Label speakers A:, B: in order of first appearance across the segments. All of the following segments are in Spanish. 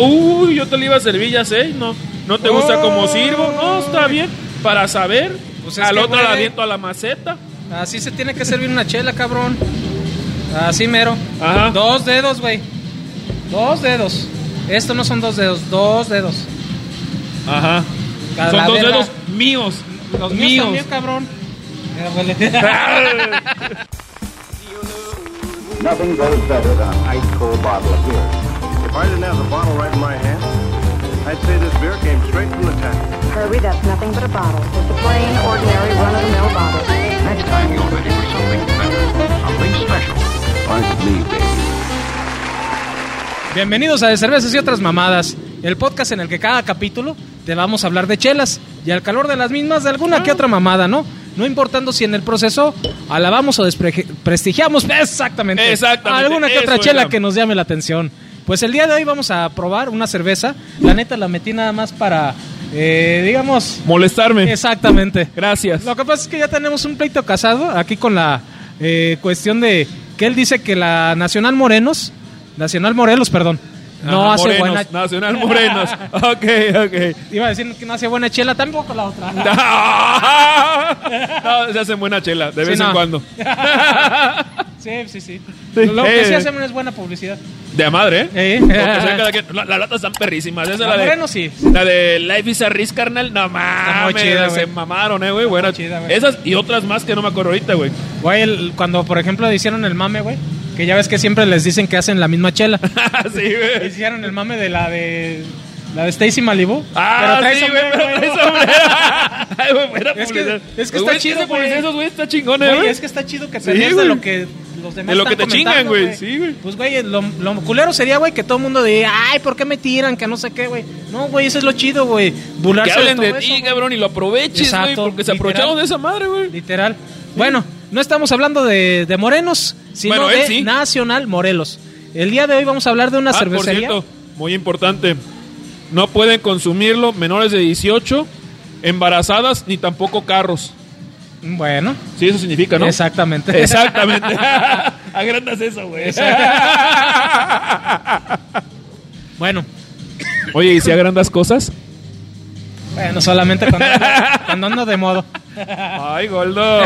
A: Uy, yo te lo iba a servir, ya sé. No, no te gusta como sirvo. No, está bien. Para saber.
B: Pues Oh. es
A: al
B: que,
A: otro
B: güey.
A: la aviento a la maceta.
B: Así se tiene que servir una chela, cabrón. Así mero.
A: Ajá.
B: Dos dedos, güey. Dos dedos. Esto no son dos dedos, dos dedos.
A: Ajá.
B: A
A: Son
B: la
A: dos
B: verga.
A: dedos míos. Los
B: Los míos.
A: míos.
B: también, cabrón. Ah, Me duele.
C: Nothing goes better than an ice cold bottle of beer.
D: If I didn't have the bottle right in my hand, I'd say this beer came straight from the tap.
E: Herbie, that's nothing but a bottle. It's a plain, ordinary, run-of-the-mill bottle.
D: Next time you're ready for something better, something special.
C: Aren't me, baby.
B: Bienvenidos a De Cervezas y Otras Mamadas, el podcast en el que cada capítulo te vamos a hablar de chelas y al calor de las mismas de alguna que otra mamada, ¿no? No importando si en el proceso alabamos o desprestigiamos. Exactamente.
A: Exactamente,
B: Alguna que
A: eso
B: otra chela
A: era.
B: que nos llame la atención. Pues el día de hoy vamos a probar una cerveza. La neta la metí nada más para, eh, digamos...
A: Molestarme.
B: Exactamente.
A: Gracias.
B: Lo que pasa es que ya tenemos un pleito casado aquí con la eh, cuestión de que él dice que la Nacional Morenos, Nacional Morelos, perdón, no
A: Ajá,
B: hace
A: Ah, Morenos,
B: buena.
A: Nacional Morenos. ok, ok.
B: Iba a decir que no hace buena chela, tampoco la otra.
A: Ah. no, se hacen buena chela, de
B: Sí,
A: vez
B: no.
A: en cuando.
B: sí, sí, sí.
A: Sí.
B: Lo que sí
A: Eh.
B: hacemos es buena publicidad.
A: De a madre, ¿eh?
B: Eh.
A: Porque sea cada quien- la- Las latas están perrísimas. Esa es la
B: La
A: de.
B: Morenos sí.
A: La de Life is a Risk, carnal. No mames.
B: chida,
A: se
B: güey.
A: mamaron, eh, güey. Buena.
B: chida, güey.
A: Esas y otras más que no me acuerdo ahorita, güey.
B: Güey, el- cuando por ejemplo hicieron el mame, güey, que ya ves que siempre les dicen que hacen la misma chela.
A: Ah, sí, güey.
B: hicieron el mame de la de la de Stacy Malibu.
A: Ah,
B: trae
A: sí, güey,
B: sombrero,
A: pero
B: güey,
A: trae
B: ¿no?
A: sombrero. Ay, güey, buena
B: Es que-
A: publicidad.
B: es que está
A: Güey,
B: chido,
A: esa
B: güey.
A: publicidad, esos güey, está chingón, eh,
B: Güey,
A: güey.
B: es que está chido que
A: Sí,
B: te ríes de
A: güey.
B: lo que los demás
A: De lo que
B: están
A: te chingan, güey.
B: comentando,
A: Sí, güey.
B: Pues, güey, lo, lo culero sería, güey, que todo el mundo diga, ay, ¿por qué me tiran? Que no sé qué, güey. No, güey, eso es lo chido, güey.
A: Que
B: Burlarse
A: hablen
B: de,
A: de
B: todo eso,
A: ti,
B: güey.
A: cabrón, y lo aproveches, güey.
B: Exacto,
A: Porque se
B: literal.
A: aprovecharon de esa madre, güey.
B: Literal. Bueno, no estamos hablando de, de morenos, sino
A: Bueno, él
B: de
A: sí.
B: Nacional Morelos. El día de hoy vamos a hablar de una
A: Ah,
B: cervecería.
A: Por cierto, muy importante. No pueden consumirlo menores de 18, embarazadas ni tampoco carros.
B: Bueno,
A: Sí, eso significa, ¿no?
B: exactamente.
A: Exactamente. Agrandas eso, güey.
B: bueno,
A: Oye, ¿y si agrandas cosas?
B: bueno, solamente cuando ando, cuando ando de modo.
A: Ay, Goldo.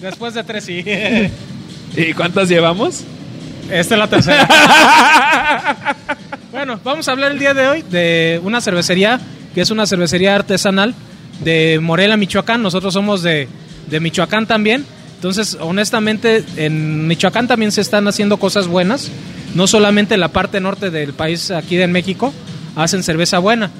B: Después de tres, sí.
A: ¿Y cuántas llevamos?
B: Esta es la tercera. bueno, vamos a hablar el día de hoy de una cervecería que es una cervecería artesanal de Morelia, Michoacán. Nosotros somos de, de Michoacán también. Entonces, honestamente, en Michoacán también se están haciendo cosas buenas. No solamente la parte norte del país, aquí de México, hacen cerveza buena.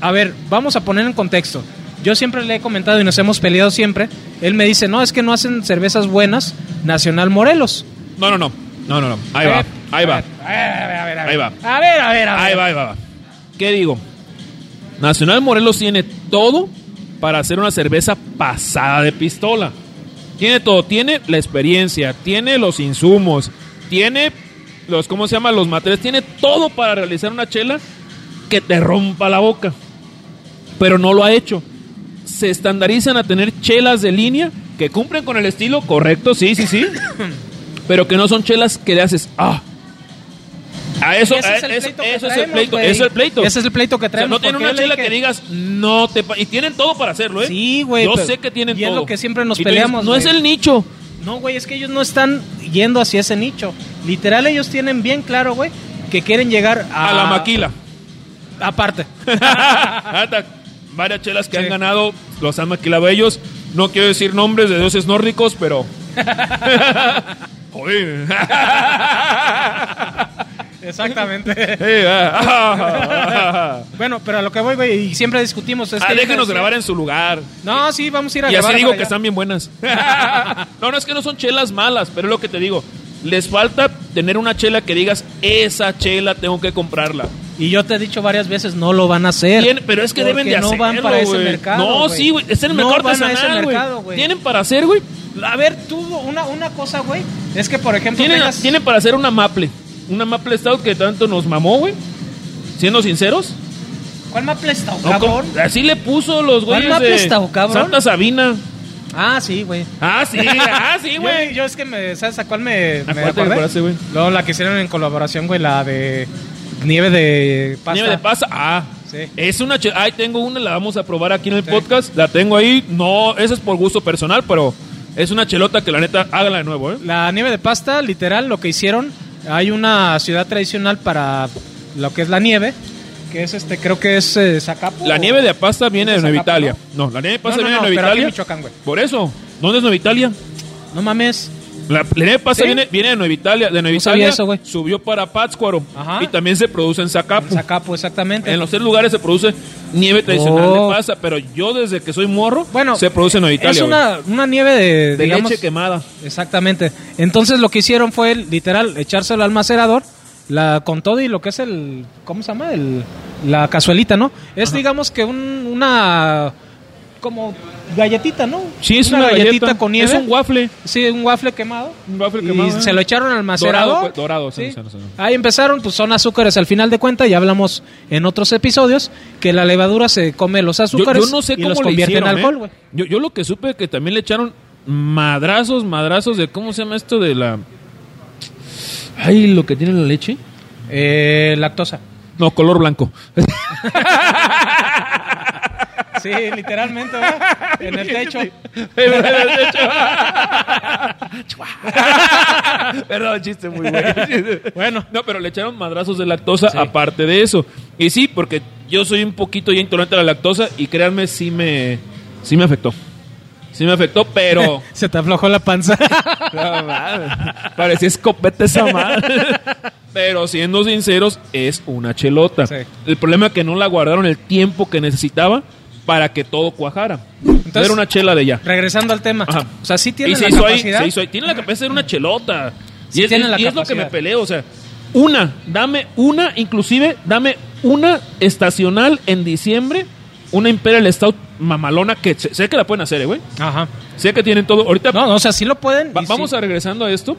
B: A ver, vamos a poner en contexto. Yo siempre le he comentado y nos hemos peleado siempre. Él me dice, no, es que no hacen cervezas buenas Nacional Morelos.
A: No, no, no. No, no, no. Ahí
B: A
A: va.
B: ver,
A: Ahí
B: a
A: va.
B: ver, A ver, Eh, a ver, a ver. a
A: Ahí
B: ver.
A: va.
B: A ver, a ver, a ver.
A: Ahí va, ahí va, va. ¿Qué digo? Nacional Morelos tiene todo para hacer una cerveza pasada de pistola. Tiene todo, tiene la experiencia, tiene los insumos, tiene los, ¿cómo se llama? Los materiales, tiene todo para realizar una chela que te rompa la boca. Pero no lo ha hecho. Se estandarizan a tener chelas de línea que cumplen con el estilo correcto, sí, sí, sí. pero que no son chelas que le haces, ah. A eso,
B: Ese
A: a-
B: es el
A: eso-
B: pleito que
A: eso es el
B: traemos,
A: pleito,
B: güey.
A: eso es el pleito.
B: Ese es el pleito que
A: O sea,
B: traemos.
A: no tiene
B: porque
A: una
B: yo le
A: chela
B: dije
A: que digas, no te. pa-". Y tienen todo para hacerlo, ¿eh?
B: Sí, güey,
A: Yo
B: pero-
A: sé que tienen
B: y es
A: todo.
B: lo que siempre nos
A: Y tú dices,
B: peleamos,
A: No
B: güey.
A: es el nicho.
B: No, güey, es que ellos no están yendo hacia ese nicho. Literal, ellos tienen bien claro, güey, que quieren llegar a...
A: A, la maquila.
B: Aparte.
A: Hasta varias chelas que
B: Sí.
A: han ganado los han maquilado ellos. No quiero decir nombres de dioses nórdicos, pero. Oye.
B: Exactamente.
A: Eh, ah, ah.
B: bueno, pero a lo que voy, güey, y siempre discutimos... Es
A: Ah,
B: que-
A: déjenos grabar en su lugar.
B: No, sí, vamos a ir a
A: Y
B: grabar.
A: así digo
B: para
A: que
B: allá.
A: están bien buenas. no, no es que no son chelas malas, pero es lo que te digo. Les falta tener una chela que digas, esa chela tengo que comprarla.
B: Y yo te he dicho varias veces, no lo van a hacer.
A: Tienen- pero es que
B: Porque
A: deben de hacerlo,
B: no van para ese
A: güey.
B: mercado,
A: No, sí, güey. Es el mercado
B: no van a ese
A: artesanal, güey.
B: mercado, güey.
A: Tienen para hacer, güey.
B: A ver, tú, una, una cosa, güey, es que, por ejemplo,
A: Tienen,
B: tengas-
A: tienen para hacer una maple. Una maple stout que tanto nos mamó, güey. Siendo sinceros.
B: ¿Cuál maple stout,
A: No,
B: cabrón?
A: como- así le puso los
B: ¿Cuál
A: güeyes
B: maple
A: de
B: stout, cabrón?
A: Santa Sabina.
B: Ah, sí, güey.
A: Ah, sí, ah, sí,
B: Yo,
A: güey.
B: yo es que me, ¿sabes a cuál me, me
A: ¿A cuál te
B: acordé?
A: acordaste, güey?
B: Luego la que hicieron en colaboración, güey, la de nieve de pasta.
A: Nieve de pasa. Ah,
B: Sí.
A: es una. che- Ay, tengo una, la vamos a probar aquí en el podcast. La tengo ahí. No, esa es por gusto personal, pero es una chelota que la neta, háganla de nuevo, ¿eh?
B: La nieve de pasta, literal, lo que hicieron, hay una ciudad tradicional para lo que es la nieve, que es este, creo que es eh, Zacapu.
A: La
B: o-
A: nieve de pasta viene de
B: ¿Es de
A: Nueva
B: Zacapu,
A: Italia. No, la nieve de pasta
B: No, no,
A: viene
B: no,
A: de
B: pero
A: Nueva
B: aquí
A: Italia.
B: en Michoacán, güey.
A: Por eso. ¿Dónde es Nueva Italia?
B: No mames.
A: La, la nieve de pasta
B: ¿Sí?
A: viene, viene de Nueva Italia. De Nueva
B: No sabía
A: Italia
B: eso, güey.
A: subió para Pátzcuaro.
B: Ajá.
A: Y también se produce en Zacapu.
B: En Zacapu, exactamente.
A: En los tres lugares se produce nieve tradicional
B: Oh.
A: de pasta, pero yo desde que soy morro
B: Bueno,
A: se produce en Nueva Italia.
B: es
A: güey.
B: una, una nieve de,
A: de
B: digamos,
A: leche quemada.
B: Exactamente. Entonces lo que hicieron fue, literal, echárselo al macerador, la, con todo y lo que es el, ¿cómo se llama? El, la cazuelita, ¿no? Es, digamos que un- una, como galletita, ¿no?
A: Sí, es una,
B: galletita
A: galleta.
B: con nieve.
A: Es un waffle.
B: Sí, un waffle quemado.
A: Un waffle
B: Y
A: quemado,
B: se
A: eh.
B: lo echaron al macerador.
A: pues, dorado, sí, sí, sí.
B: Ahí empezaron, pues son azúcares al final de cuenta. Ya hablamos en otros episodios que la levadura se come los
A: Yo,
B: azúcares
A: yo no sé
B: y
A: cómo
B: los
A: le
B: convierte
A: hicieron,
B: en alcohol,
A: ¿eh?
B: güey.
A: Yo, yo lo que supe que también le echaron madrazos, madrazos de cómo se llama esto de la Ay, lo que tiene la leche.
B: Eh, lactosa.
A: No, color blanco.
B: Sí, literalmente, ¿verdad? En el techo.
A: Perdón, chiste muy bueno.
B: Bueno.
A: No, pero le echaron madrazos de lactosa aparte de eso. Y sí, porque yo soy un poquito ya intolerante a la lactosa y créanme, sí me, sí me afectó. Sí me afectó, pero...
B: Se te aflojó la panza.
A: No, mames. Parecía escopeta esa madre. Pero siendo sinceros, es una chelota.
B: Sí.
A: El problema es que no la guardaron el tiempo que necesitaba para que todo cuajara. Entonces, era una chela de ya.
B: Regresando al tema.
A: Ajá.
B: O sea, sí tiene
A: Y se
B: la
A: hizo ahí,
B: capacidad.
A: se hizo ahí. Tiene la capacidad de ser una chelota.
B: Sí
A: y es,
B: tiene
A: y-
B: la
A: y es lo que me
B: capacidad.
A: peleo. O sea, una, dame una, inclusive, dame una estacional en diciembre. Una Imperial Stout mamalona que sé sé que la pueden hacer, eh, güey.
B: Ajá.
A: Sé que tienen todo. Ahorita
B: No, no, o sea, sí lo pueden.
A: Va-
B: y
A: vamos
B: sí.
A: a regresando a esto.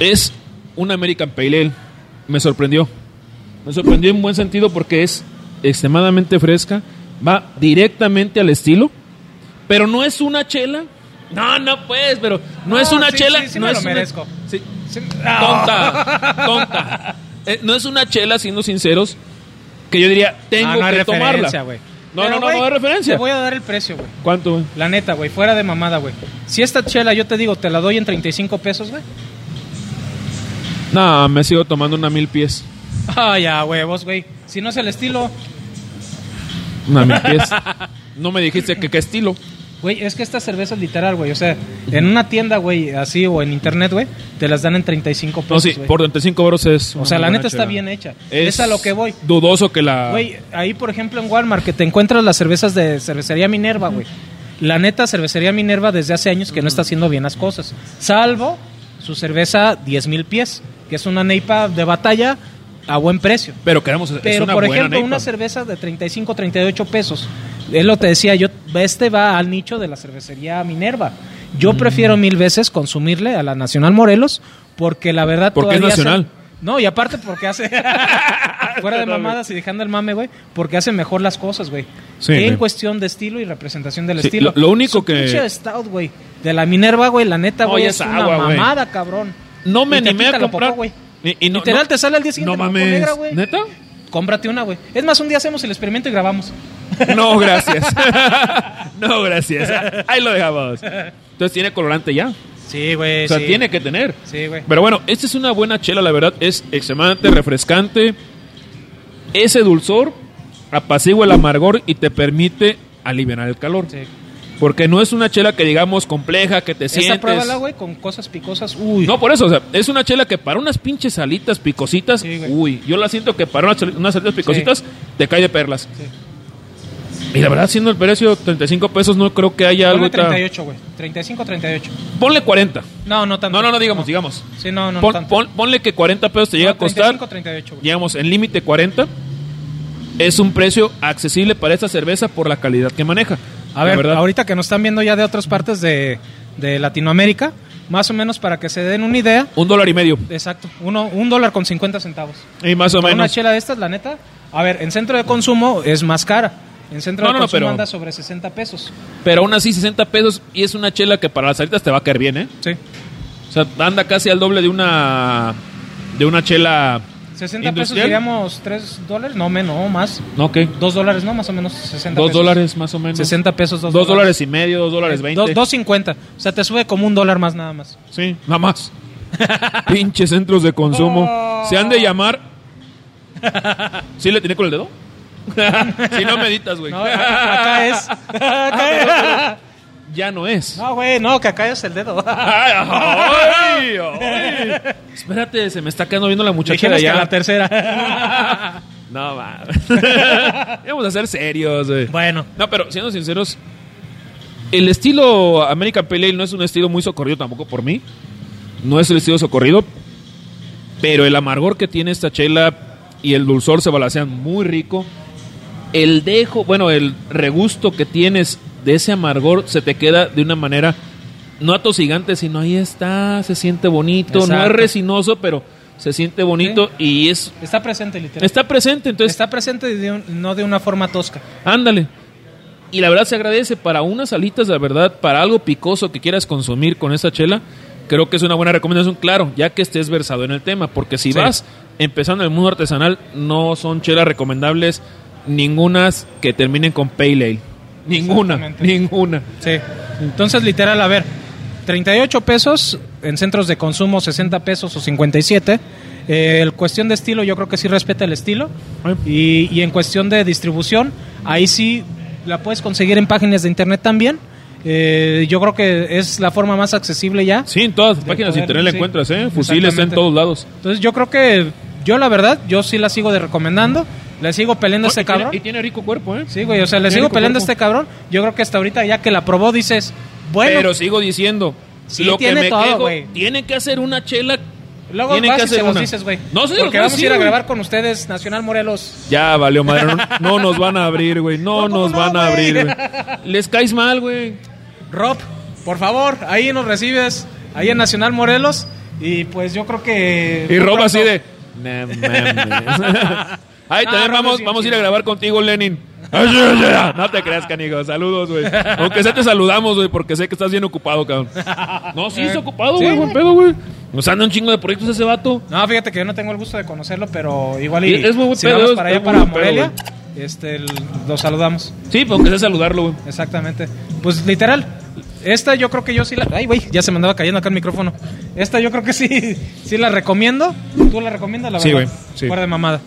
A: Es un American Pale Ale. Me sorprendió. Me sorprendió en buen sentido porque es extremadamente fresca. Va directamente al estilo. Pero no es una chela. No, no pues, pero no,
B: No,
A: es una
B: sí,
A: chela.
B: sí, sí
A: no
B: me
A: es
B: lo
A: una-
B: merezco.
A: Sí,
B: Sí.
A: tonta, tonta. Eh, no es una chela, siendo sinceros, que yo diría, tengo
B: Ah, no hay
A: que tomarla.
B: referencia, güey.
A: No,
B: Pero,
A: no, no,
B: güey,
A: no hay referencia.
B: Te voy a dar el precio, güey.
A: ¿Cuánto, güey?
B: La neta, güey, fuera de mamada, güey. Si esta chela, yo te digo, te la doy en 35 pesos, güey.
A: No, me sigo tomando una mil pies.
B: Ah, ya, huevos, güey. Si no es el estilo,
A: No, mi pies. No me dijiste que qué estilo.
B: güey, es que esta cerveza es literal, güey. O sea, en una tienda, güey, así o en internet, güey, te las dan en 35 pesos.
A: No, sí,
B: güey.
A: por 35 euros es.
B: O sea, la neta está bien hecha. Es, a lo que voy.
A: Dudoso que la.
B: Güey, ahí por ejemplo en Walmart que te encuentras las cervezas de cervecería Minerva, güey. La neta, cervecería Minerva desde hace años que no está haciendo bien las cosas. Salvo su cerveza 10.000 pies, que es una neipa de batalla a buen precio.
A: Pero queremos. es
B: Pero
A: una
B: por
A: buena
B: ejemplo,
A: neipa.
B: una cerveza de 35, 38 pesos. Es lo que te decía, yo este va al nicho de la cervecería Minerva. Yo
A: Mm.
B: prefiero mil veces consumirle a la Nacional Morelos porque la verdad
A: Porque es
B: todavía hace-
A: nacional.
B: no, y aparte porque hace fuera de mamadas y dejando el mame, güey, porque hace mejor las cosas, güey.
A: Sí,
B: en
A: güey.
B: cuestión de estilo y representación del
A: Sí,
B: estilo.
A: lo- lo único que-
B: pinche stout, güey, de la Minerva, güey, la neta,
A: No,
B: güey,
A: ya
B: es
A: es
B: una
A: agua, güey.
B: mamada, cabrón.
A: No me
B: Y te
A: animé
B: quita
A: a
B: la
A: comprar.
B: popó, güey.
A: Y- y no-
B: Literal
A: no-
B: te sale al día siguiente
A: No
B: la popó
A: mames.
B: negra, güey.
A: ¿Neta?
B: Cómprate una, güey. Es más, un día hacemos el experimento y grabamos.
A: No, gracias. no, gracias. Ahí lo dejamos. Entonces tiene colorante ya.
B: Sí, güey.
A: O sea, tiene que tener.
B: Sí, güey.
A: Pero bueno, esta es una buena chela, la verdad. Es extremadamente refrescante. Ese dulzor apacigua el amargor y te permite aliviar el calor.
B: Sí.
A: Porque no es una chela que digamos compleja, que te
B: Esa
A: sientes.
B: pruébala, güey, con cosas picosas. Uy.
A: No, por eso, o sea, es una chela que para unas pinches alitas picositas,
B: Sí, güey.
A: uy, yo la siento que para unas, chel- unas alitas picositas te cae de perlas. Y la verdad, siendo el precio 35 pesos, no creo que haya
B: Ponle
A: algo tan-
B: 38, güey. 35, 38.
A: Ponle 40.
B: No, no tanto.
A: No, no, no, digamos, digamos.
B: Sí, no, no
A: Pon-
B: tanto.
A: pon- ponle que 40 pesos te llega
B: No,
A: a costar.
B: 35, 38, güey.
A: digamos, en límite 40, es un precio accesible para esta cerveza por la calidad que maneja.
B: A
A: La
B: ver,
A: verdad.
B: ahorita que nos están viendo ya de otras partes de, de Latinoamérica, más o menos para que se den una idea.
A: Un dólar y medio.
B: Exacto, uno, un dólar con 50 centavos.
A: Y más o
B: Para Una
A: menos.
B: chela de estas, la neta. A ver, en centro de consumo es más cara. En centro
A: No,
B: de
A: no, no,
B: consumo
A: pero-
B: anda sobre 60 pesos.
A: Pero aún así, 60 pesos y es una chela que para las salitas te va a caer bien, ¿eh?
B: Sí.
A: O sea, anda casi al doble de una de una chela
B: 60 pesos
A: Industrial.
B: diríamos 3 dólares, no menos, no, más.
A: No, ¿qué?
B: 2 dólares, no, más o menos 60
A: Dos
B: pesos.
A: dólares más o menos.
B: 60 pesos, 2
A: Dos dólares y medio, dos dólares veinte.
B: Dos- 2.50. O sea, te sube como un dólar más nada más.
A: Sí, nada más. Pinches centros de consumo. Se han de llamar. ¿Sí le tiene con el dedo? si no meditas, güey. Ah,
B: No, acá, acá es. Acá es.
A: Ya no es.
B: No, güey, no, que acá es el dedo.
A: Ay, ay, ay. Espérate, se me está quedando viendo la muchacha de
B: Dijimos que
A: allá.
B: la tercera.
A: No, va. Vamos a ser serios, güey.
B: bueno,
A: No, pero siendo sinceros, el estilo American Pale Ale no es un estilo muy socorrido tampoco por mí. No es el estilo socorrido. Pero el amargor que tiene esta chela y el dulzor se balancean muy rico. El dejo, bueno, el regusto que tienes de ese amargor se te queda de una manera no atosigante, sino ahí está, se siente bonito. No es
B: Exacto.
A: resinoso, pero se siente bonito y es
B: está presente literal.
A: está pues, presente. Entonces,
B: Está presente, de un- no de una forma tosca.
A: Ándale. Y la verdad se agradece para unas alitas, la verdad, para algo picoso que quieras consumir con esa chela, creo que es una buena recomendación, claro, ya que estés versado en el tema, porque si
B: Sí.
A: vas empezando en el mundo artesanal, no son chelas recomendables ningunas que terminen con pale ale. Ninguna,
B: Exactamente.
A: ninguna.
B: Sí. Entonces, literal, a ver, 38 pesos en centros de consumo, 60 pesos o 57. Eh, en cuestión de estilo, yo creo que sí respeta el estilo. Y, y en cuestión de distribución, ahí sí la puedes conseguir en páginas de internet también. Eh, yo creo que es la forma más accesible ya.
A: Sí, en todas las
B: De
A: páginas de
B: poder,
A: internet la
B: sí.
A: encuentras, ¿eh? Fusiles está en
B: Exactamente.
A: todos lados.
B: Entonces, yo creo que yo, la verdad, yo sí la sigo de recomendando. Le sigo peleando a
A: Y
B: este
A: tiene-
B: cabrón.
A: Y tiene rico cuerpo, ¿eh?
B: Sí, güey, o sea, le
A: Tiene
B: sigo
A: rico
B: peleando a
A: cuerpo.
B: este cabrón. Yo creo que hasta ahorita, ya que la probó, dices, bueno,
A: Pero sigo diciendo,
B: Sí,
A: lo que
B: tiene
A: me
B: todo,
A: quejo,
B: güey.
A: tienen que hacer una chela.
B: Luego
A: tienen
B: vas
A: que
B: y
A: hacer
B: se los
A: una.
B: dices, güey.
A: No, sí, se los
B: Porque
A: voy a
B: vamos
A: decir,
B: a ir a
A: güey.
B: grabar con ustedes Nacional Morelos.
A: Ya valió madre, no, no nos van a abrir, güey. No,
B: No, ¿cómo
A: nos
B: no,
A: van a
B: güey?
A: abrir, güey. Les caes mal, güey.
B: Rob, por favor, ahí nos recibes, ahí en Nacional Morelos. Y pues yo creo que...
A: Y
B: muy
A: Rob
B: pronto-
A: así de. "No mames". Ay,
B: No,
A: también
B: Rob
A: vamos,
B: es bien
A: vamos a ir a
B: chido.
A: grabar contigo, Lenin. Ay, sí, sí, sí. No te creas, canigo. Saludos, güey. Aunque sea te saludamos, güey, porque sé que estás bien ocupado, cabrón. No, sí, está ocupado,
B: Eh, Sí,
A: güey. buen
B: güey.
A: pedo, güey. Nos anda un chingo de proyectos ese vato.
B: No, fíjate que yo no tengo el gusto de conocerlo, pero igual y...
A: Sí, es muy buen
B: si
A: pedo,
B: vamos
A: es-
B: para
A: es
B: allá,
A: muy
B: para
A: buen pedo,
B: Morelia, este, l- lo saludamos.
A: Sí, pero aunque sea saludarlo, güey.
B: Exactamente. Pues literal, esta yo creo que yo sí la. Ay, güey, ya se me andaba cayendo acá el micrófono. Esta yo creo que sí, sí la recomiendo. ¿Tú la recomiendas, la
A: Sí,
B: verdad?
A: güey, sí.
B: Fuera de mamada.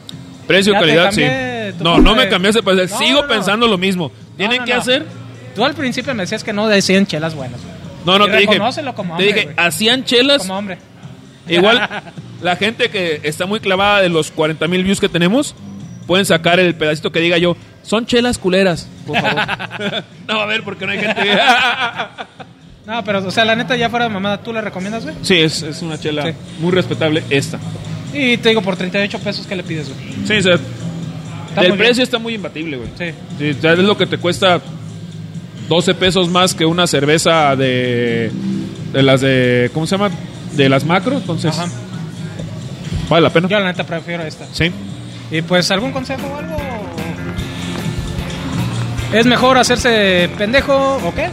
A: Precio,
B: Ya te
A: calidad, sí.
B: cambié tu
A: No, no
B: nombre.
A: me cambiaste. Pues,
B: No,
A: sigo
B: no, no.
A: pensando lo mismo. Tienen
B: No, no,
A: que
B: no.
A: hacer
B: Tú al principio me decías que no decían chelas buenas. güey.
A: No, no,
B: Y
A: te dije.
B: reconócelo como
A: te
B: hombre,
A: dije,
B: güey.
A: hacían chelas.
B: Como hombre.
A: Igual, la gente que está muy clavada de los 40 mil views que tenemos, pueden sacar el pedacito que diga yo, son chelas culeras, por favor. no, a ver, porque no hay gente.
B: No, pero, o sea, la neta, ya fuera de mamada, ¿tú la recomiendas, güey?
A: sí, es, es una chela
B: Sí.
A: muy respetable esta.
B: Y te digo, por 38 pesos, ¿qué le pides, güey?
A: Sí, o sea,
B: Está
A: el
B: muy bien.
A: precio está muy imbatible, güey.
B: Sí.
A: Sí, o sea, es lo que te cuesta 12 pesos más que una cerveza de, de las de, ¿cómo se llama? De las macro, entonces
B: Ajá.
A: vale la pena.
B: Yo, la neta, prefiero esta.
A: Sí.
B: Y pues, ¿algún consejo o algo? ¿Es mejor hacerse pendejo o qué?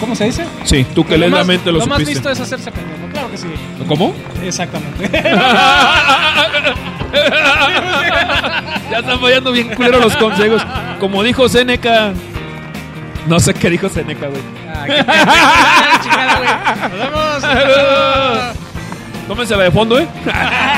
B: ¿Cómo se dice?
A: Sí, tú que lees la
B: más-
A: mente lo,
B: más
A: supiste.
B: listo es hacerse pendejo, claro que sí.
A: ¿Cómo?
B: Exactamente. Ah,
A: ya están fallando bien culero los consejos. Como dijo Seneca. No sé qué dijo Seneca, güey.
B: Ah, qué chingada, güey. Nos vemos.
A: Tómense la de fondo, eh.